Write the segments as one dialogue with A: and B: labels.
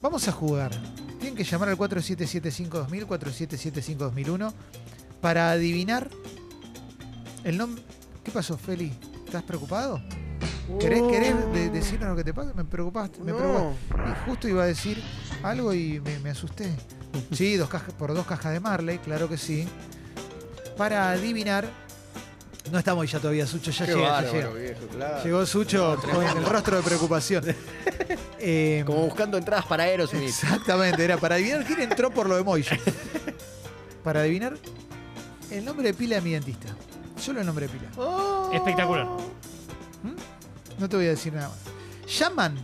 A: Vamos a jugar. Tienen que llamar al 4775-2000, 4775-2001 para adivinar el nombre. ¿Qué pasó, Feli? ¿Estás preocupado? ¿Querés, querés de- decirnos lo que te pasa? Me preocupaste, me preocupaste.
B: Uh. No.
A: Y justo iba a decir algo y me, me asusté. Sí, dos cajas, por dos cajas de Marley, claro que sí. Para adivinar. No estamos ya todavía, Sucho, ya
B: Qué
A: llega, ya
B: bárbaro,
A: llega.
B: viejo, claro.
A: Llegó Sucho con el rostro de preocupación. Eh,
B: Como buscando entradas para Aerosmith.
A: Exactamente, era para adivinar quién entró por lo de Moyo. Para adivinar el nombre de pila de mi dentista. Solo el nombre de pila.
B: Oh.
C: Espectacular.
A: No te voy a decir nada más. Llaman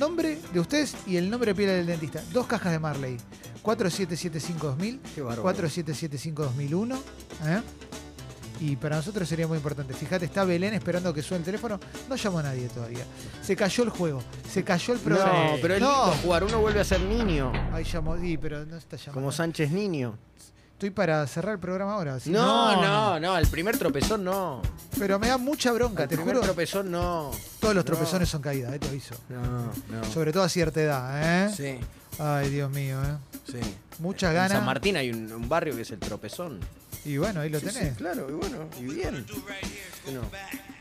A: nombre de ustedes y el nombre de pila del dentista. Dos cajas de Marley. 4775-2000,
B: Qué bárbaro.
A: 4775-2001. ¿eh? Y para nosotros sería muy importante. Fíjate, está Belén esperando que suene el teléfono. No llamó a nadie todavía. Se cayó el juego. Se cayó el
B: No,
A: programa.
C: Sí.
B: pero es lindo
A: No.
B: jugar. Uno vuelve a ser niño.
A: Ahí llamó, sí, pero no está llamando.
B: Como Sánchez niño.
A: Estoy para cerrar el programa ahora. ¿sí?
B: No, no, no. El primer tropezón no.
A: Pero me da mucha bronca,
B: El
A: te
B: primer
A: juro.
B: tropezón no.
A: Todos los
B: No.
A: tropezones son caídas, eh, te aviso.
B: No, no.
A: Sobre todo a cierta edad, ¿eh?
B: Sí,
A: Ay, Dios mío, ¿eh?
B: sí.
A: Muchas
B: En San
A: ganas.
B: Martín hay un, un barrio que es el tropezón.
A: Y bueno, ahí lo
B: Sí,
A: tenés.
B: sí, claro, y bueno, y bien. No.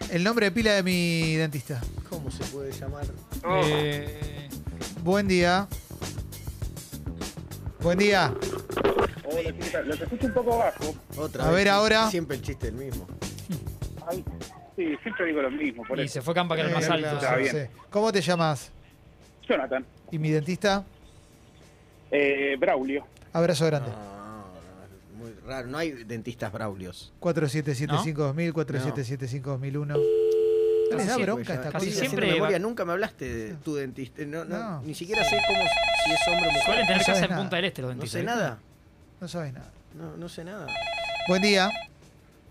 A: El nombre de pila de mi dentista.
B: ¿Cómo se puede llamar?
D: Oh.
C: Eh,
A: Buen día. Buen día.
D: Hola, chiquita. Los escucho un poco bajo.
B: Otra
A: A
B: vez,
A: ver ahora.
B: Siempre el chiste el mismo.
D: Ay, sí, siempre digo lo mismo, por
C: y
D: eso.
C: se fue Campa que era el
A: Eh,
C: más alto.
A: claro,
D: Está
A: sí.
D: bien.
A: ¿Cómo te llamas?
D: Jonathan,
A: ¿Y mi dentista?
D: eh, Braulio.
A: Abrazo grande.
B: No, no, es muy raro. No hay dentistas braulios.
A: 4775-2000, 4775-2001. ¿No les da
B: Casi
A: bronca esta cosa?
B: siempre,
C: casi
B: Estoy haciendo
C: siempre
B: memoria,
C: va-
B: nunca me hablaste de tu dentista. No, no,
A: No.
B: Ni siquiera sé cómo, si es hombre o
C: Suelen
B: mujer.
C: tener
A: No sabes
C: casa en
A: nada.
C: Punta del Este los
B: No
C: dentistas.
B: sé
C: ¿viste?
B: nada.
A: No sabes nada.
B: No, no sé nada.
A: Buen día.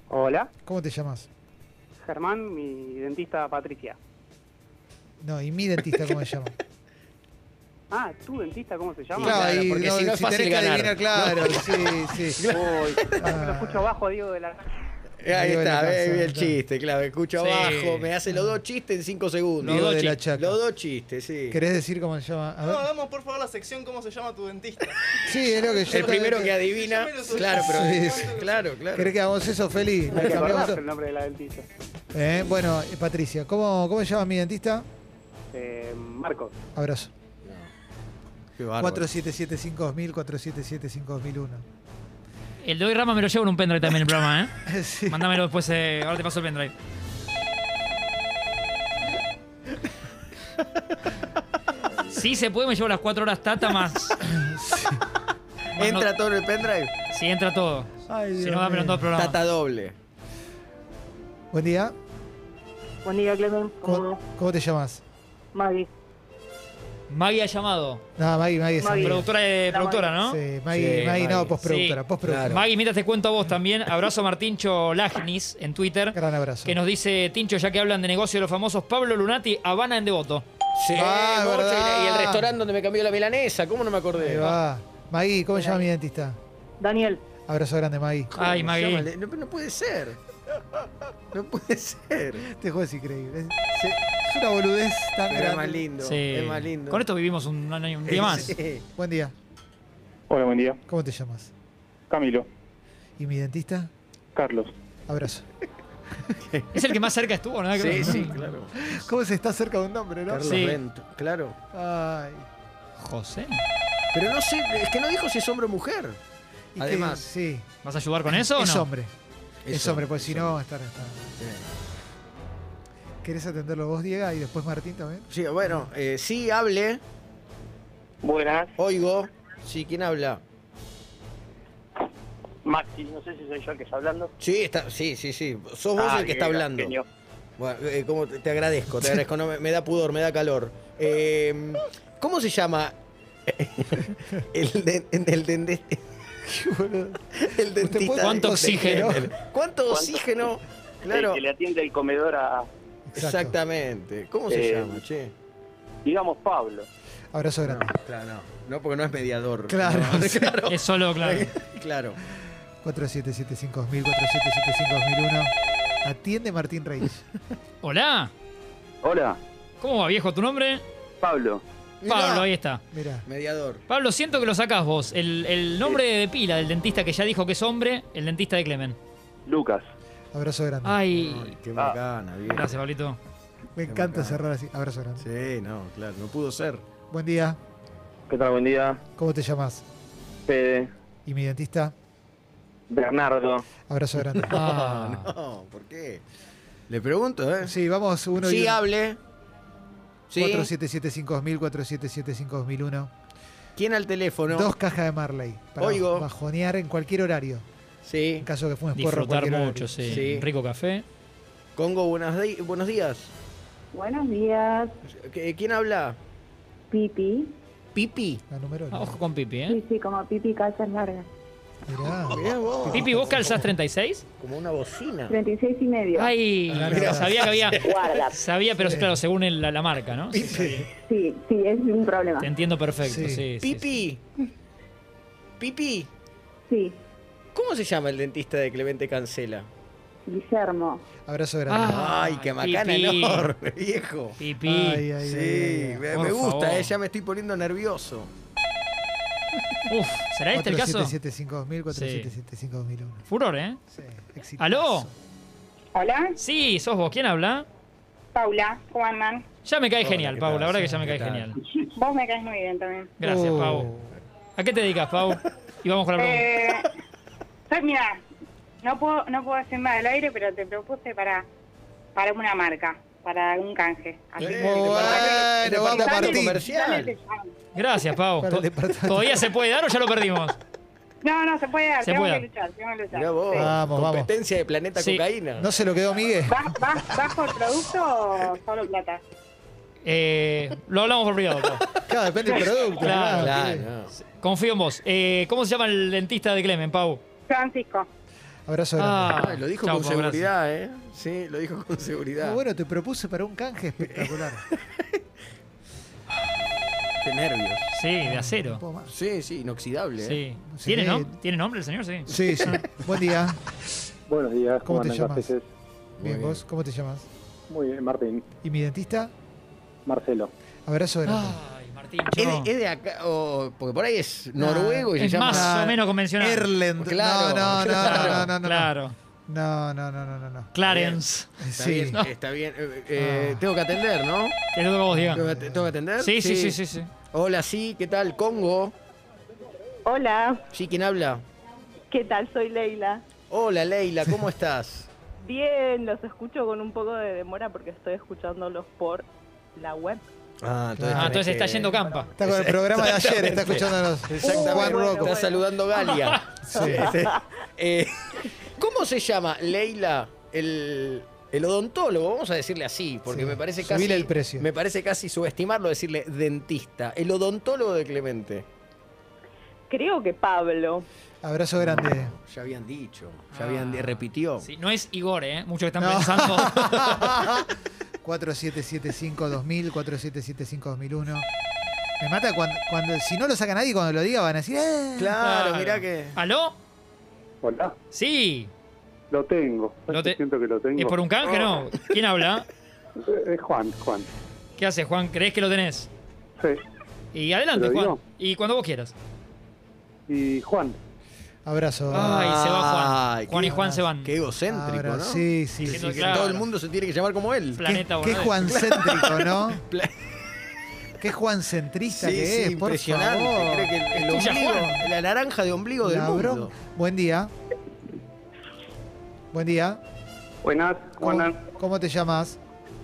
E: Hola,
A: ¿Cómo te llamas?
E: Germán, mi dentista Patricia.
A: No, ¿y mi dentista cómo se llama?
E: Ah, ¿tu dentista cómo se llama?
A: Claro,
B: claro,
A: ahí,
B: porque
A: no,
B: si no es fácil
A: tenés que
B: ganar.
A: adivinar, claro, sí, sí.
E: Uy,
A: Ah.
E: lo escucho abajo, Diego de la...
B: Ahí,
A: Ahí va la
B: está, ve
A: canción,
B: ve el
A: está.
B: chiste, claro. Escucho
C: Sí.
B: abajo, me hace los dos chistes en cinco segundos.
A: Diego
B: los,
A: de
B: dos
A: la
B: chistes,
A: Chaca.
B: los dos chistes, sí.
A: ¿Querés decir cómo se llama? A ver.
F: No, damos por favor la sección cómo se llama tu dentista.
A: Sí, es lo que yo.
B: El primero que adivina.
F: Yo me lo soy-
B: Claro, pero.
A: Sí, sí.
B: Claro, claro.
A: ¿Querés que hagamos eso, Feli? ¿La
E: Hay que
A: cambiamos?
E: acordarse el nombre de la dentista.
A: Eh, bueno, eh, Patricia, ¿cómo, ¿cómo se llama mi dentista?
E: Eh, Marcos.
A: Abrazo.
B: Qué bárbaro.
A: 4775-2000, 4775-2001.
C: El de hoy Rama me lo llevo en un pendrive también el programa, ¿eh?
A: Sí.
C: Mándamelo después, eh, ahora te paso el pendrive. Si se puede, me llevo las cuatro horas Tata más. más
B: Entra
C: no-
B: todo en el pendrive.
C: sí, entra todo.
A: Ay,
C: Si
A: Dios
C: no, dame en
A: mío.
C: todo el programa.
B: Tata doble.
A: Buen día.
G: Buen día, Clemen. ¿Cómo
A: ¿Cómo,
G: va?
A: cómo te llamas?
G: Maggie.
C: Maggie ha llamado.
A: No, Maggie, Maggie. es-
G: Maggie.
C: Productora de
G: La
C: productora, ¿no?
A: Sí, Maggie,
B: Sí,
A: Maggie, no,
B: Maggie.
A: postproductora,
C: Sí.
A: postproductora.
B: Claro.
C: Maggie, mientras te cuento a vos también. Abrazo a Martín Lagnis en Twitter.
A: Gran abrazo.
C: Que nos dice Tincho, ya que hablan de negocio de los famosos, Pablo Lunati, Habana en Devoto.
B: Sí,
A: Ah,
B: Mocho, y la- y, el
A: verdad.
B: restaurante donde me cambió la milanesa. ¿Cómo no me
A: Ahí
B: acordé?
A: va. Maggie, ¿cómo se llama mi dentista?
G: Daniel.
A: Abrazo grande, Maggie.
C: Ay,
B: ¿Cómo
C: Magui.
B: llámale? No, pero no puede ser. No puede ser.
A: Este juego es increíble. Es, se- es una boludez tan
B: Pero es
A: grande.
B: más lindo.
C: Sí.
B: Es más lindo.
C: Con esto vivimos un, año, un día más.
B: Sí.
A: Buen día.
D: Hola, buen día.
A: ¿Cómo te llamas?
D: Camilo,
A: ¿Y mi dentista?
D: Carlos.
A: Abrazo.
C: Es el que más cerca estuvo, ¿no?
B: Sí, sí, claro.
A: ¿Cómo se está cerca de un nombre, no?
B: Carlos
C: Sí.
B: Bento, claro.
A: Ay.
C: José.
B: Pero no sé, es que no dijo si es hombre o mujer.
A: Y que-
B: Además,
A: sí.
C: ¿Vas a ayudar con eso o no?
A: Es hombre. Es, hombre, pues si no vamos a estar. estar- ¿Querés atenderlo vos, Diego? Y después Martín también.
B: Sí, bueno, eh, sí, hable,
E: Buenas,
B: oigo. Sí, ¿quién habla?
E: Maxi. No sé si soy yo el que está hablando. Ah,
B: Sí, está, sí, sí, sí. Sos vos el que está hablando. Bueno, eh, ¿cómo te, te agradezco, te agradezco. No, me, me da pudor, me da calor. Eh, ¿Cómo se llama? el, de- el dentista. el dentista.
A: puede-
C: ¿Cuánto oxígeno?
B: ¿Cuánto oxígeno? Claro.
E: El que le atiende el comedor a,
A: Exacto.
B: Exactamente. ¿Cómo se
E: Eh,
B: llama, che?
E: digamos, Pablo.
A: Abrazo
B: No,
A: grande.
B: claro, no. No, porque no es mediador.
A: Claro.
B: No, claro.
C: Es solo, claro.
B: Claro.
A: 4775-2000, 4775-2001. Atiende Martín Reyes.
C: Hola,
E: Hola,
C: ¿cómo va, viejo? ¿Tu nombre?
E: Pablo.
C: Pablo, ahí está.
A: Mira,
B: Mediador.
C: Pablo, siento que lo sacás vos. El, el nombre de pila del dentista que ya dijo que es hombre, el dentista de Clemen.
E: Lucas.
A: abrazo grande.
C: Ay.
B: Ay, qué macana, bien.
C: Gracias, Pablito.
A: Me encanta cerrar así. Abrazo grande.
B: Sí, no, claro, no pudo ser.
A: Buen día.
E: ¿Qué tal? Buen día.
A: ¿Cómo te llamas?
E: Fede.
A: ¿Y mi dentista?
E: Bernardo.
A: Abrazo grande.
C: Ah.
B: No, ¿por qué? Le pregunto, ¿eh?
A: Sí, vamos uno
B: Sí,
A: y uno.
B: hable. Sí.
A: 4775-2000, 4775-2001.
B: ¿Quién al teléfono?
A: Dos cajas de Marley. Para
B: Oigo.
A: bajonear en cualquier horario.
B: Sí.
A: En caso de que fumes porro. en
C: Disfrutar
A: cualquier
C: mucho,
A: horario.
C: sí.
B: Sí.
C: Rico café.
B: Congo, buenos, di- buenos días.
H: Buenos días,
B: ¿Qué- ¿Quién habla?
H: Pipi.
B: Pipi.
A: La número
C: Ah,
A: uno.
C: ojo con Pipi, ¿eh?
H: Sí, sí, como Pipi Calzas Largas.
A: Mirá.
B: Mirá vos.
C: Pipi, ¿vos calzás 36?
B: Como una bocina.
H: 36 y medio.
C: Ay,
A: Claro.
C: sabía que había.
H: Guarda.
C: Sabía, pero claro, según el- la, la marca, ¿no? Sí,
H: Sí, sí, es un problema.
C: Te entiendo perfecto,
A: Sí.
C: sí. sí, sí.
B: Pipi. Pipi.
H: Sí,
B: ¿Cómo se llama el dentista de Clemente Cancela?
H: Guillermo.
A: Abrazo grande.
C: Ah,
B: Ay, qué macana
C: Pipi.
B: enorme, viejo.
C: Pipi.
A: Ay, ay, ay,
B: Sí,
A: ay, ay.
B: me,
C: Por
B: me gusta,
C: favor.
B: eh, ya me estoy poniendo nervioso.
C: Uf, ¿será este el caso?
A: 4775-2000, 4775-2001.
C: Furor, ¿eh?
A: Sí, exitazo.
C: ¿Aló?
I: Hola,
C: Sí, sos vos. ¿Quién habla?
I: Paula, ¿cómo andan?
C: Ya me cae
B: Hola,
C: genial,
B: ¿qué
C: Pau.
B: tal?
C: La verdad que ya me
B: ¿Qué
C: cae
B: tal?
C: genial.
I: Vos me caes muy bien también.
C: Gracias,
A: Oh.
C: Pau. ¿A qué te dedicas, Pau? Y vamos con la pregunta.
I: Eh, soy- mira, no puedo, no puedo hacer nada al aire, pero te propuse para, para una marca, para un canje. Así
B: Eh,
I: que-
B: Bueno,
A: vamos
B: departamento
A: a partir.
B: comercial.
C: Gracias, Pau.
A: Para el
C: To-
A: departamento.
C: ¿Todavía se puede dar o ya lo perdimos?
I: No, no, se puede dar,
C: Se
I: tenemos
C: puede
I: que luchar, tenemos que luchar.
B: Mirá vos.
A: Vamos, vamos.
B: Competencia de Planeta
C: Sí.
B: Cocaína.
A: ¿No se lo quedó Miguel?
I: ¿Bas- bas- ¿Bajo el producto o solo plata?
C: Eh, lo hablamos por privado, Pau.
A: Claro, depende del producto.
C: Claro,
B: Claro,
A: sí.
B: no.
C: Confío en vos. Eh, ¿Cómo se llama el dentista de Clemen, Pau?
I: Francisco.
A: Abrazo grande.
C: Ah.
B: Ay, lo dijo
C: Chau,
B: con
C: Pau, gracias.
B: seguridad, ¿eh? Sí, lo dijo con seguridad.
A: Muy Ah, bueno, te propuse para un canje espectacular.
B: Qué nervios.
C: Sí, de acero.
A: Un poco más.
B: Sí, sí, inoxidable. ¿eh?
C: Sí.
A: Sí.
C: ¿Tiene, nom- ¿Tiene nombre el señor? Sí.
A: Sí, sí. Ah, Buen día.
D: Buenos días.
A: ¿Cómo te
D: andan,
A: llamas?
D: cafeses?
B: Muy
A: Bien,
B: bien.
A: vos, ¿cómo te llamas?
D: Muy bien, Martín.
A: ¿Y mi dentista?
D: Marcelo.
A: Abrazo
B: Ah,
A: grande.
C: Ay, Martín,
B: ¿Es,
C: chorro.
B: de- es de acá? o- porque por ahí
A: Ah,
B: es noruego y se
C: Es
B: llama.
C: más o menos convencional.
A: Erland.
B: Claro,
A: no, no,
B: claro,
A: no, no, no, no.
C: Claro.
A: No, no, no, no, no, no.
C: Clarence.
B: Está
A: Sí.
B: bien, está bien. Eh, eh,
A: Ah.
B: Tengo que atender, ¿no?
C: Te lo toca a vos, Diego.
B: ¿Tengo que, tengo que atender?
C: Sí, sí, sí, sí, sí.
B: Hola, sí, ¿qué tal? Congo.
H: Hola,
B: Sí, ¿quién habla?
H: ¿qué tal? Soy Leila.
B: Hola, Leila, ¿cómo estás?
H: Bien, los escucho con un poco de demora porque estoy escuchándolos por la web.
B: Ah,
A: entonces
C: Ah,
A: tenés
C: entonces está yendo campa.
A: Está con el programa de ayer, está escuchándonos.
B: Exactamente.
A: Juan
H: Bueno,
A: Rocco.
B: Está saludando Galia.
A: Sí.
B: Eh, ¿Cómo se llama Leila el, el odontólogo? Vamos a decirle así, porque
A: Sí.
B: me parece casi.
A: Subile el precio.
B: Me parece casi subestimarlo decirle dentista. El odontólogo de Clemente.
H: Creo que Pablo.
A: Abrazo grande.
B: Ya habían dicho,
C: Ah.
B: ya habían repitió.
C: Sí, no es Igor, ¿eh? Muchos que están
A: No.
C: pensando.
A: 4775-2000, 4775-2001. Me mata cuando, cuando, si no lo saca nadie, cuando lo diga van a decir, ¡eh!
B: Claro, mirá que.
C: ¿Aló?
D: Hola.
C: Sí.
D: Lo tengo.
C: Lo te-
D: Siento que lo tengo.
C: ¿Es por un canje, no? ¿Quién habla?
D: Eh, eh, Juan, Juan.
C: ¿Qué haces, Juan? ¿Crees que lo tenés?
D: Sí.
C: Y adelante,
D: ¿Lo
C: Juan.
D: digo?
C: Y cuando vos quieras.
D: Y Juan,
A: Abrazo.
C: Ay, se va
B: Ay,
C: Juan. Juan y
A: qué-
C: Juan se van.
B: Qué egocéntrico,
A: Abra-
B: Ah, ¿no?
A: Sí, sí.
C: Sí,
A: sí.
C: sí,
B: Que
C: Claro.
B: todo el mundo se tiene que llamar como él.
C: Planeta
A: Qué
C: Bonadeo.
A: Juan céntrico, ¿no? Qué Juan centrista
B: Sí,
A: que
B: sí,
A: es, por
B: impresionante.
A: favor.
B: Creo que el, el
C: Tuya,
B: ombligo,
C: Juan.
B: la naranja de ombligo del
A: La bron-
B: mundo.
A: Buen día. Buen día.
E: Buenas.
B: Oh.
A: ¿Cómo, cómo te llamas?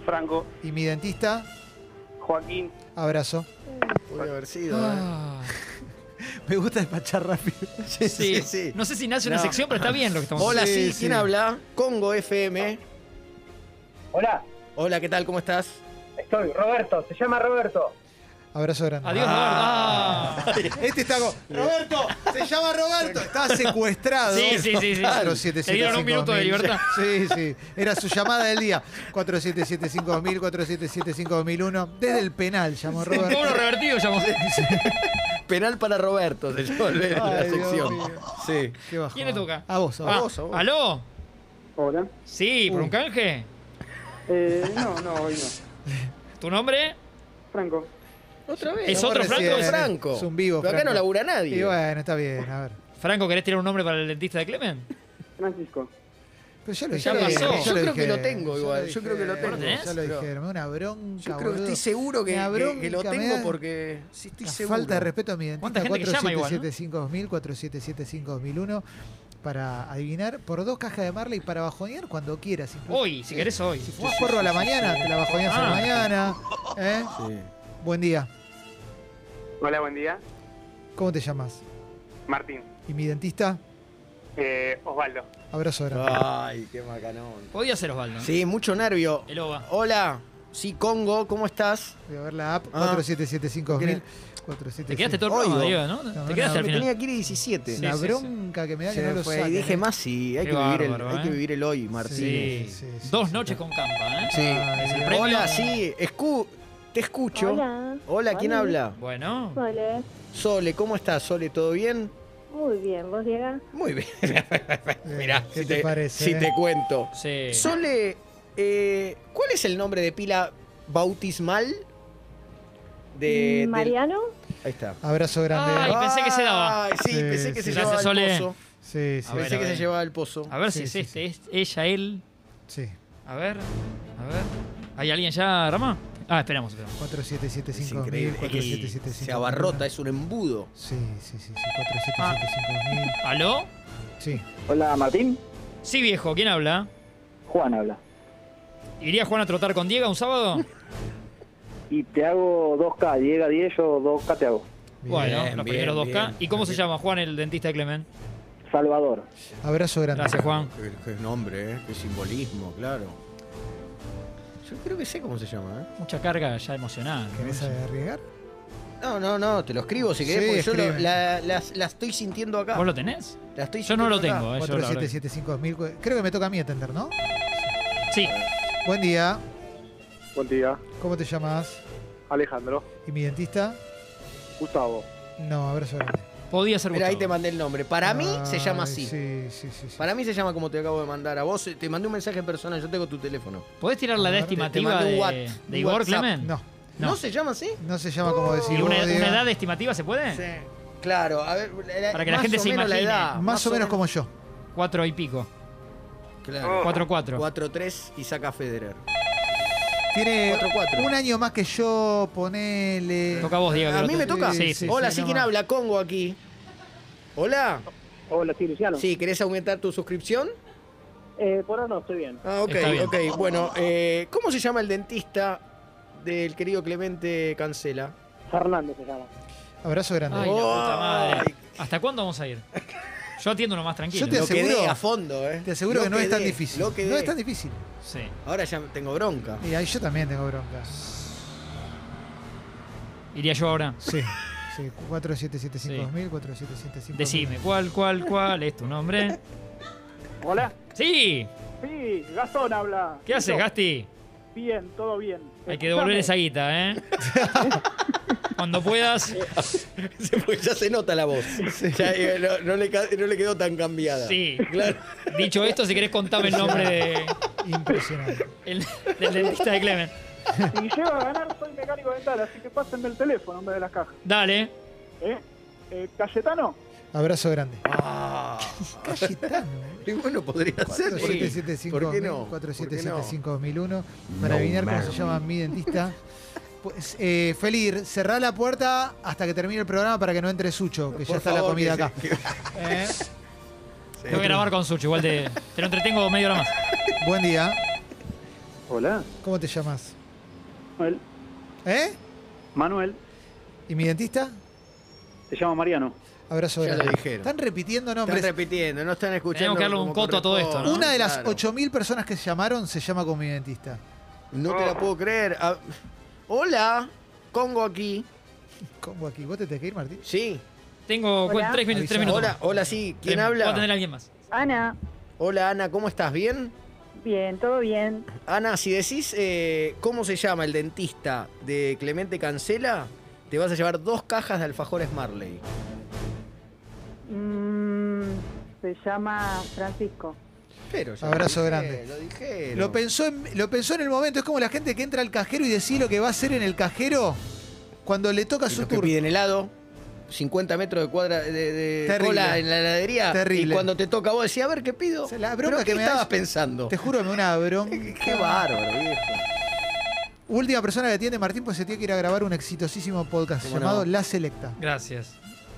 E: Franco.
A: ¿Y mi dentista?
E: Joaquín.
A: Abrazo.
B: Puede haber sido. ¿eh?
C: Ah,
A: Me gusta despachar rápido.
B: Sí,
C: sí. No sé si nace una
B: No.
C: sección, pero está bien lo que estamos
B: Hola,
A: Sí,
B: sí,
A: sí.
B: ¿quién habla? Congo FM.
E: Hola,
B: Hola, ¿qué tal? ¿Cómo estás?
E: estoy. Roberto, se llama Roberto.
A: Abrazo grande.
C: Adiós,
B: Ah.
C: Eduardo. Ah.
A: Este está como, Roberto, se llama Roberto, estaba secuestrado.
C: Sí, sí, sí, sí.
A: Claro, 775
C: Le dieron un minuto de libertad.
A: Sí, sí. Era su llamada del día. 4775-2000, 4775-2001. Desde el penal llamó
C: Todo lo
A: Roberto.
C: revertido llamó.
B: Penal para Roberto, se llama la- la
A: Ay, Dios
B: sección.
A: mío.
B: Sí.
A: Qué bajón.
C: ¿Quién le toca?
A: A vos, a
C: Ah,
A: vos.
C: ¿Aló?
D: hola.
C: Sí, ¿por un canje?
I: Eh, no, no, hoy no.
C: ¿Tu nombre?
I: Franco.
B: Otra vez.
C: ¿Es
B: Estamos
C: otro Franco?
B: recién.
C: Es
B: Franco.
A: Es un vivo,
B: Pero acá
A: Franco.
B: no labura nadie.
A: Y bueno, está bien, a ver.
C: Franco, ¿querés tirar un nombre para el dentista de Clemen?
D: Francisco.
A: Pero ya lo
C: Ya
A: dijeron,
C: pasó.
A: ya
C: Yo
B: creo que lo
A: dijeron,
B: tengo
A: ya
B: igual, yo creo que lo
A: dijeron,
C: tengo. ¿Lo
A: Ya lo
B: tenés?
A: dijeron, me da una bronca.
B: Yo creo que
A: boludo.
B: estoy seguro que,
A: Me da
B: que- que lo
A: bronca, me
B: tengo
A: da-
B: porque. Sí, estoy
A: La
B: seguro.
A: falta de respeto a mi dentista
C: ¿Cuánta gente que llama igual,
A: 4775-2000, 4775-2001 para adivinar por dos cajas de Marley para bajonear cuando quieras. incluso.
C: Hoy, si querés hoy.
A: Si fuiste forro a la mañana, te la bajoneas a la
C: Ah.
A: mañana. ¿eh?
B: Sí.
A: Buen día,
E: Hola, buen día.
A: ¿cómo te llamas?
E: Martín.
A: Y mi dentista,
E: Eh, Osvaldo.
A: abrazo grande.
B: Ah. Ay, qué macanón.
C: Podía ser Osvaldo.
B: Sí, mucho nervio.
C: El OVA.
B: Hola. Sí, Congo, ¿cómo estás?
A: Voy a ver la app
B: Ah.
A: 4775-2000.
C: Te quedaste
A: 4775.
C: todo el programa,
B: Oigo.
C: Diego, ¿no? Te quedaste
A: no,
C: al
B: Me
C: final.
B: tenía que ir 17.
C: Sí,
A: La
C: sí, sí.
A: bronca que me da
B: Se
A: que no
B: me
A: lo
B: fue.
A: saquen,
B: y dije
A: ¿eh?
B: más, sí, hay,
C: Qué
B: que, vivir el,
C: bárbaro,
B: hay
C: ¿eh?
B: que vivir el hoy, Martín.
C: Sí.
A: Sí, sí, sí,
C: Dos
A: sí,
C: noches
A: sí.
C: con campa, ¿eh?
B: Sí.
C: Es el premio.
B: Hola, sí, escu te escucho.
J: Hola.
B: Hola, ¿quién
J: Hola.
B: habla?
C: Bueno.
J: Sole.
B: Sole, ¿cómo estás, Sole? ¿Todo bien?
J: Muy bien, ¿vos llegás?
B: Muy bien.
A: Eh,
B: Mirá,
A: ¿qué
B: si
A: te parece,
B: Si
A: eh?
B: te cuento.
C: Sí.
B: Sole, eh, ¿cuál es el nombre de pila bautismal?
C: Eh,
B: De,
A: Mm,
B: del-
J: Mariano.
B: Ahí está.
A: Abrazo
C: Ay,
A: grande.
C: pensé que se daba.
B: Ay, sí,
A: Sí,
B: pensé que
A: sí.
B: se
C: Gracias,
B: llevaba
C: Sole.
B: al pozo.
A: Sí, sí,
C: A
B: pensé
C: ver, a
B: que se
C: ver.
B: llevaba al pozo.
C: A ver
A: Sí,
C: si es
A: sí,
C: este, es ella, él.
A: sí.
C: A ver, a ver. ¿Hay alguien ya, Rama? Ah, esperamos, esperamos.
A: 4775
B: Es increíble. Y se abarrota, es un embudo.
A: Sí, sí, sí, sí. 4775
C: ¿Aló?
A: Sí.
D: Hola, Martín.
C: Sí, viejo, ¿quién habla?
D: Juan habla.
C: ¿Iría Juan a trotar con Diego un sábado?
D: Y te hago 2K, llega 10, yo 2K te hago.
A: bien.
C: bueno,
B: bien,
C: los primeros dos
B: bien.
C: K. ¿Y cómo se llama Juan, el dentista de Clemen?
D: Salvador.
A: Abrazo grande.
C: Gracias, Juan.
B: Qué, qué nombre, ¿eh? Qué simbolismo, claro. Yo creo que sé cómo se llama, ¿eh?
C: Mucha carga ya emocional.
A: ¿Querés arriesgar?
B: No, no, no, te lo escribo si querés,
A: Sí,
B: porque yo lo-
A: escribe.
B: la, las- la estoy sintiendo acá.
C: ¿Vos lo tenés?
B: La estoy
C: Yo no lo
B: sintiendo acá.
C: tengo, eh. yo la verdad que-
A: 4775 Creo que me toca a mí atender, ¿no?
C: Sí,
A: Buen día.
D: Buen día.
A: ¿Cómo te llamas?
D: Alejandro.
A: ¿Y mi dentista?
D: Gustavo.
A: No, abrazo grande.
C: podía ser
B: Mirá, ahí
C: Gustavo.
B: te mandé el nombre. Para mí se llama
A: Ay,
B: así.
A: Sí, sí, sí. sí.
B: Para mí se llama como te acabo de mandar a vos. eh, Te mandé un mensaje personal, yo tengo tu teléfono.
C: ¿Podés tirar la edad
A: Te- te
C: estimativa
B: mandé un
C: de,
B: what-
C: de
B: un
C: Igor
B: WhatsApp.
C: Clemen?
A: No,
C: No.
B: ¿No, se llama así?
A: no se llama como decir.
C: ¿Y una,
A: vos,
C: una
A: Diego.
C: edad estimativa se puede?
B: Sí. Claro, a ver,
C: Para que la
B: más
C: gente
B: o
C: se
B: menos la
C: imagine.
B: edad,
A: Ah, Más, o menos como yo.
C: Cuatro y pico.
B: Claro.
C: Cuatro, cuatro.
B: 4-3 y saca Federer.
A: Tiene
B: 4-4.
A: un año más que yo, ponele.
C: Toca a vos, Diego. que
B: ¿A
C: lo
B: mí me
C: tenés.
B: toca?
C: Sí, sí.
B: Hola,
A: sí,
B: sí,
A: no
B: ¿quién
A: más.
B: habla? Congo aquí. Hola.
D: Hola, sí, Luciano.
B: Sí, ¿querés aumentar tu suscripción?
E: Eh, por ahora no, estoy bien.
B: Ah, ok,
C: Está bien.
B: ok. Bueno, eh, ¿cómo se llama el dentista del querido Clemente Cancela?
D: Fernando se llama.
A: Abrazo grande.
C: Ay, la puta madre.
B: Ay.
C: ¿Hasta cuándo vamos a ir? Yo atiendo uno más tranquilo.
A: Yo te-
B: Lo
A: aseguro-
B: quedé a fondo, ¿eh?
A: Te aseguro
B: Lo
A: que no es tan
B: quedé,
A: difícil.
B: Lo quedé.
A: No es tan difícil.
C: Sí.
B: Ahora ya tengo bronca.
A: Y ahí yo también tengo broncas.
C: Iría yo ahora.
A: Sí. Sí, 4775 4775
C: Decime, ¿cuál, cuál, cuál es tu nombre?
E: Hola.
C: ¡Sí!
E: Sí, Gastón habla.
C: ¿Qué haces, Gasti?
E: Bien, todo bien.
C: Hay que devolver esa
E: Escuchame.
C: guita, ¿eh? Cuando puedas.
B: Porque ya se nota la voz. Ya, eh, no, no le, ca- no le quedó tan cambiada.
C: Sí.
B: Claro.
C: Dicho esto, si querés contame el nombre de,
A: Impresionante.
C: el- del dentista de Clemen.
E: Si llego a ganar, soy mecánico dental, así que pásenme el teléfono en vez de las cajas.
C: Dale.
E: ¿Eh? Eh, ¿Cayetano?
A: Abrazo grande.
B: Ah.
A: Cayetano. ¿eh?
B: Y bueno, podría ser. ¿por qué? ¿Por qué no?
A: 4775
B: ¿Por qué
A: 4775 Para adivinar cómo se llama mi dentista. Pues, eh, Feli, cerrá la puerta hasta que termine el programa para que no entre Sucho, que ya
B: Por
A: está
B: favor,
A: la comida
B: que
A: acá. Eh,
B: no?
C: Tengo que grabar con Sucho, igual te, te lo entretengo media hora más.
A: Buen día.
D: Hola.
A: ¿Cómo te llamas?
D: Manuel.
A: ¿Eh?
D: Manuel.
A: ¿Y mi dentista?
D: Se llama Mariano.
A: Abrazo
B: Ya lo
A: grande.
B: dijeron.
A: Están repitiendo
B: Están
A: nombres.
B: repitiendo, no están escuchando.
C: Tenemos que darle un
B: como
C: coto a todo esto, ¿no?
A: Una de las
B: Claro.
A: 8.000 personas que se llamaron se llama con mi dentista.
B: No te la puedo creer. Ah, hola, Congo aquí.
A: ¿Cómo aquí? ¿Vos te tenés que ir, Martín?
B: Sí.
C: Tengo cu-
I: Hola.
C: tres, minu- tres
A: Avisa.
C: minutos.
B: Hola,
C: más.
B: hola, sí. ¿Quién
C: Tres- Voy a tener a
B: habla?
C: alguien más.
I: Ana,
B: Hola, Ana, ¿cómo estás? ¿Bien?
I: bien, todo bien.
B: Ana, si decís eh, cómo se llama el dentista de Clemente Cancela, te vas a llevar dos cajas de alfajores Marley.
I: Mm, se llama Francisco.
B: Pero ya
A: Abrazo
B: lo dije,
A: grande.
B: Lo dije.
A: Lo pensó, en, lo pensó en el momento. Es como la gente que entra al cajero y decide lo que va a hacer en el cajero Cuando le toca
B: Y
A: su
B: los que
A: turno.
B: piden helado, 50 metros de cuadra de, de
A: Terrible.
B: cola en la heladería.
A: Terrible.
B: Y cuando te toca vos decís, a ver, ¿qué pido?
A: O sea, la
B: ¿Pero
A: bronca
B: ¿Qué
A: que me
B: estabas
A: das-
B: pensando?
A: Te juro, me una bronca.
B: Qué bárbaro, viejo.
A: Última persona que atiende Martín, pues se tiene que ir a grabar un exitosísimo podcast
B: ¿Cómo
A: llamado
B: no?
A: La Selecta.
C: Gracias.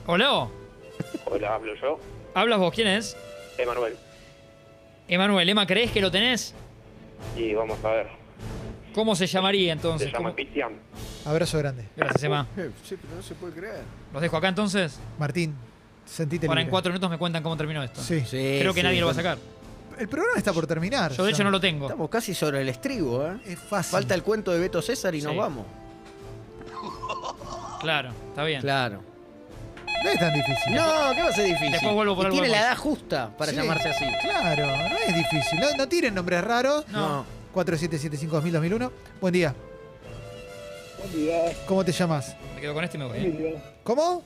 C: Hola,
D: Hola, hablo yo,
C: hablas vos, ¿quién es?
D: Emanuel.
C: Emanuel, Ema, ¿crees que lo tenés?
D: Y vamos a ver,
C: ¿Cómo se llamaría entonces?
D: se llama
C: ¿Cómo-
D: Cristian.
A: Abrazo grande.
C: Gracias, Emma.
B: Eh, Sí, pero no se puede creer.
C: Los dejo acá entonces.
A: Martín, sentite
C: Ahora en
A: libre.
C: cuatro minutos me cuentan cómo terminó esto.
A: Sí.
C: Creo que nadie lo va a sacar.
A: El programa está por terminar.
C: Yo de hecho
A: ya.
C: no lo tengo.
B: Estamos casi sobre el estribo, ¿eh?
A: Es fácil.
B: Falta el cuento de Beto César y nos
C: Sí.
B: vamos.
C: Claro, está bien.
B: Claro.
A: No es tan difícil.
B: No, ¿qué va a ser difícil?
C: Después vuelvo por
B: Y
C: algo
B: tiene la
C: más.
B: edad justa para
A: Sí,
B: llamarse así.
A: Claro, no es difícil. No, no tiren nombres raros.
C: No.
A: 4775-2001. Buen día.
E: Buen día,
A: ¿Cómo te llamas?
C: Me quedo con este y me voy. ¿eh?
E: Emilio.
A: ¿Cómo?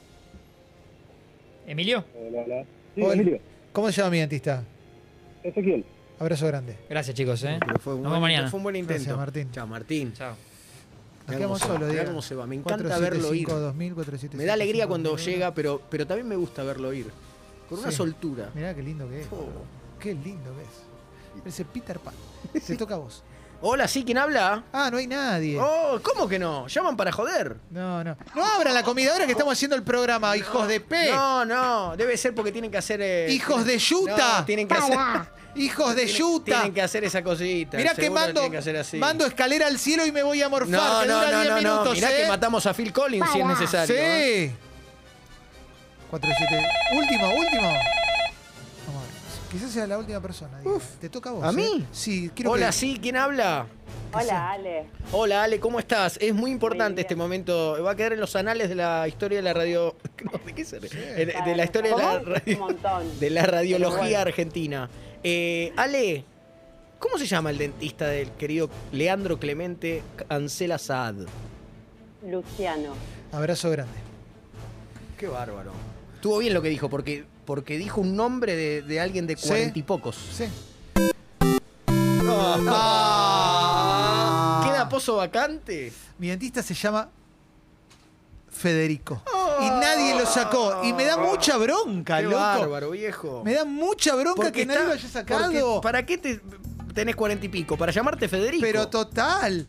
C: Emilio,
E: Hola, hola. Sí,
A: Hola.
E: Emilio.
A: ¿Cómo se llama mi dentista?
E: Ezequiel.
A: Abrazo grande.
C: gracias chicos, ¿eh?
B: Pero fue un,
C: Nos
B: buen,
C: vemos mañana.
B: fue un buen intento.
A: Gracias, Martín.
B: Chao, Martín.
C: Chao.
A: Nos
B: Mirá
A: quedamos
B: cómo se va,
A: solos,
B: mirá
A: Diego.
B: cómo se va. Me encanta verlo ir.
A: 2000, 475,
B: Me da alegría cuando
A: 2001.
B: llega, pero, pero también me gusta verlo ir. Con una
A: Sí.
B: soltura.
A: Mirá qué lindo que es.
B: Oh.
A: Qué lindo que es. Parece Peter Pan. Te toca a vos.
B: Hola, sí, ¿quién habla?
A: Ah, no hay nadie.
B: Oh, ¿cómo que no? Llaman para joder.
A: No, no. No abran la comida ahora que estamos haciendo el programa, hijos de P.
B: No, no, debe ser porque tienen que hacer. eh,
A: Hijos de
B: tienen-
A: yuta. Ah,
B: No, tienen que hacer.
A: Hijos de
B: tienen-
A: yuta.
B: Tienen que hacer esa cosita.
A: Mirá que
B: seguro
A: mando,
B: tienen que hacer así.
A: mando escalera al cielo y me voy a morfar.
B: No,
A: que
B: no,
A: dura
B: no,
A: 10
B: no, no.
A: minutos,
B: Mirá
A: ¿eh?
B: que matamos a Phil Collins si es necesario. ¿eh?
A: Sí. 4, 7. Último, último. Vamos a ver. Quizás sea la última persona. Diego. Te toca a vos.
B: ¿A
A: ¿eh?
B: mí?
A: Sí, quiero
B: Hola,
A: que-
B: sí, ¿quién habla?
A: sea.
H: Hola,
B: Eh,
H: Ale.
B: Hola, Ale, ¿cómo estás? Es muy importante
H: bien.
B: este momento. Va a quedar en los anales de la historia de la radio. No, ¿De qué se ríe? Eh, de- De la historia de la,
H: ¿Cómo?
B: radio-
H: Un montón.
B: de la radiología
H: Pero bueno.
B: argentina. Eh, Ale, ¿cómo se llama el dentista del querido Leandro Clemente Ancela Saad?
H: Luciano.
A: Abrazo grande.
B: Qué bárbaro. Estuvo bien lo que dijo, porque, porque dijo un nombre de, de alguien de
A: Sí.
B: cuarenta y pocos.
A: Sí.
B: Ah, ¿Queda pozo vacante?
A: Mi dentista se llama Federico. Y nadie lo sacó. Y me da mucha bronca,
B: Oh. Qué
A: loco.
B: bárbaro, viejo.
A: Me da mucha bronca
B: Porque
A: que nadie
B: está-
A: lo haya sacado.
B: porque ¿Para qué te tenés cuarenta y pico? ¿Para llamarte Federico?
A: Pero total.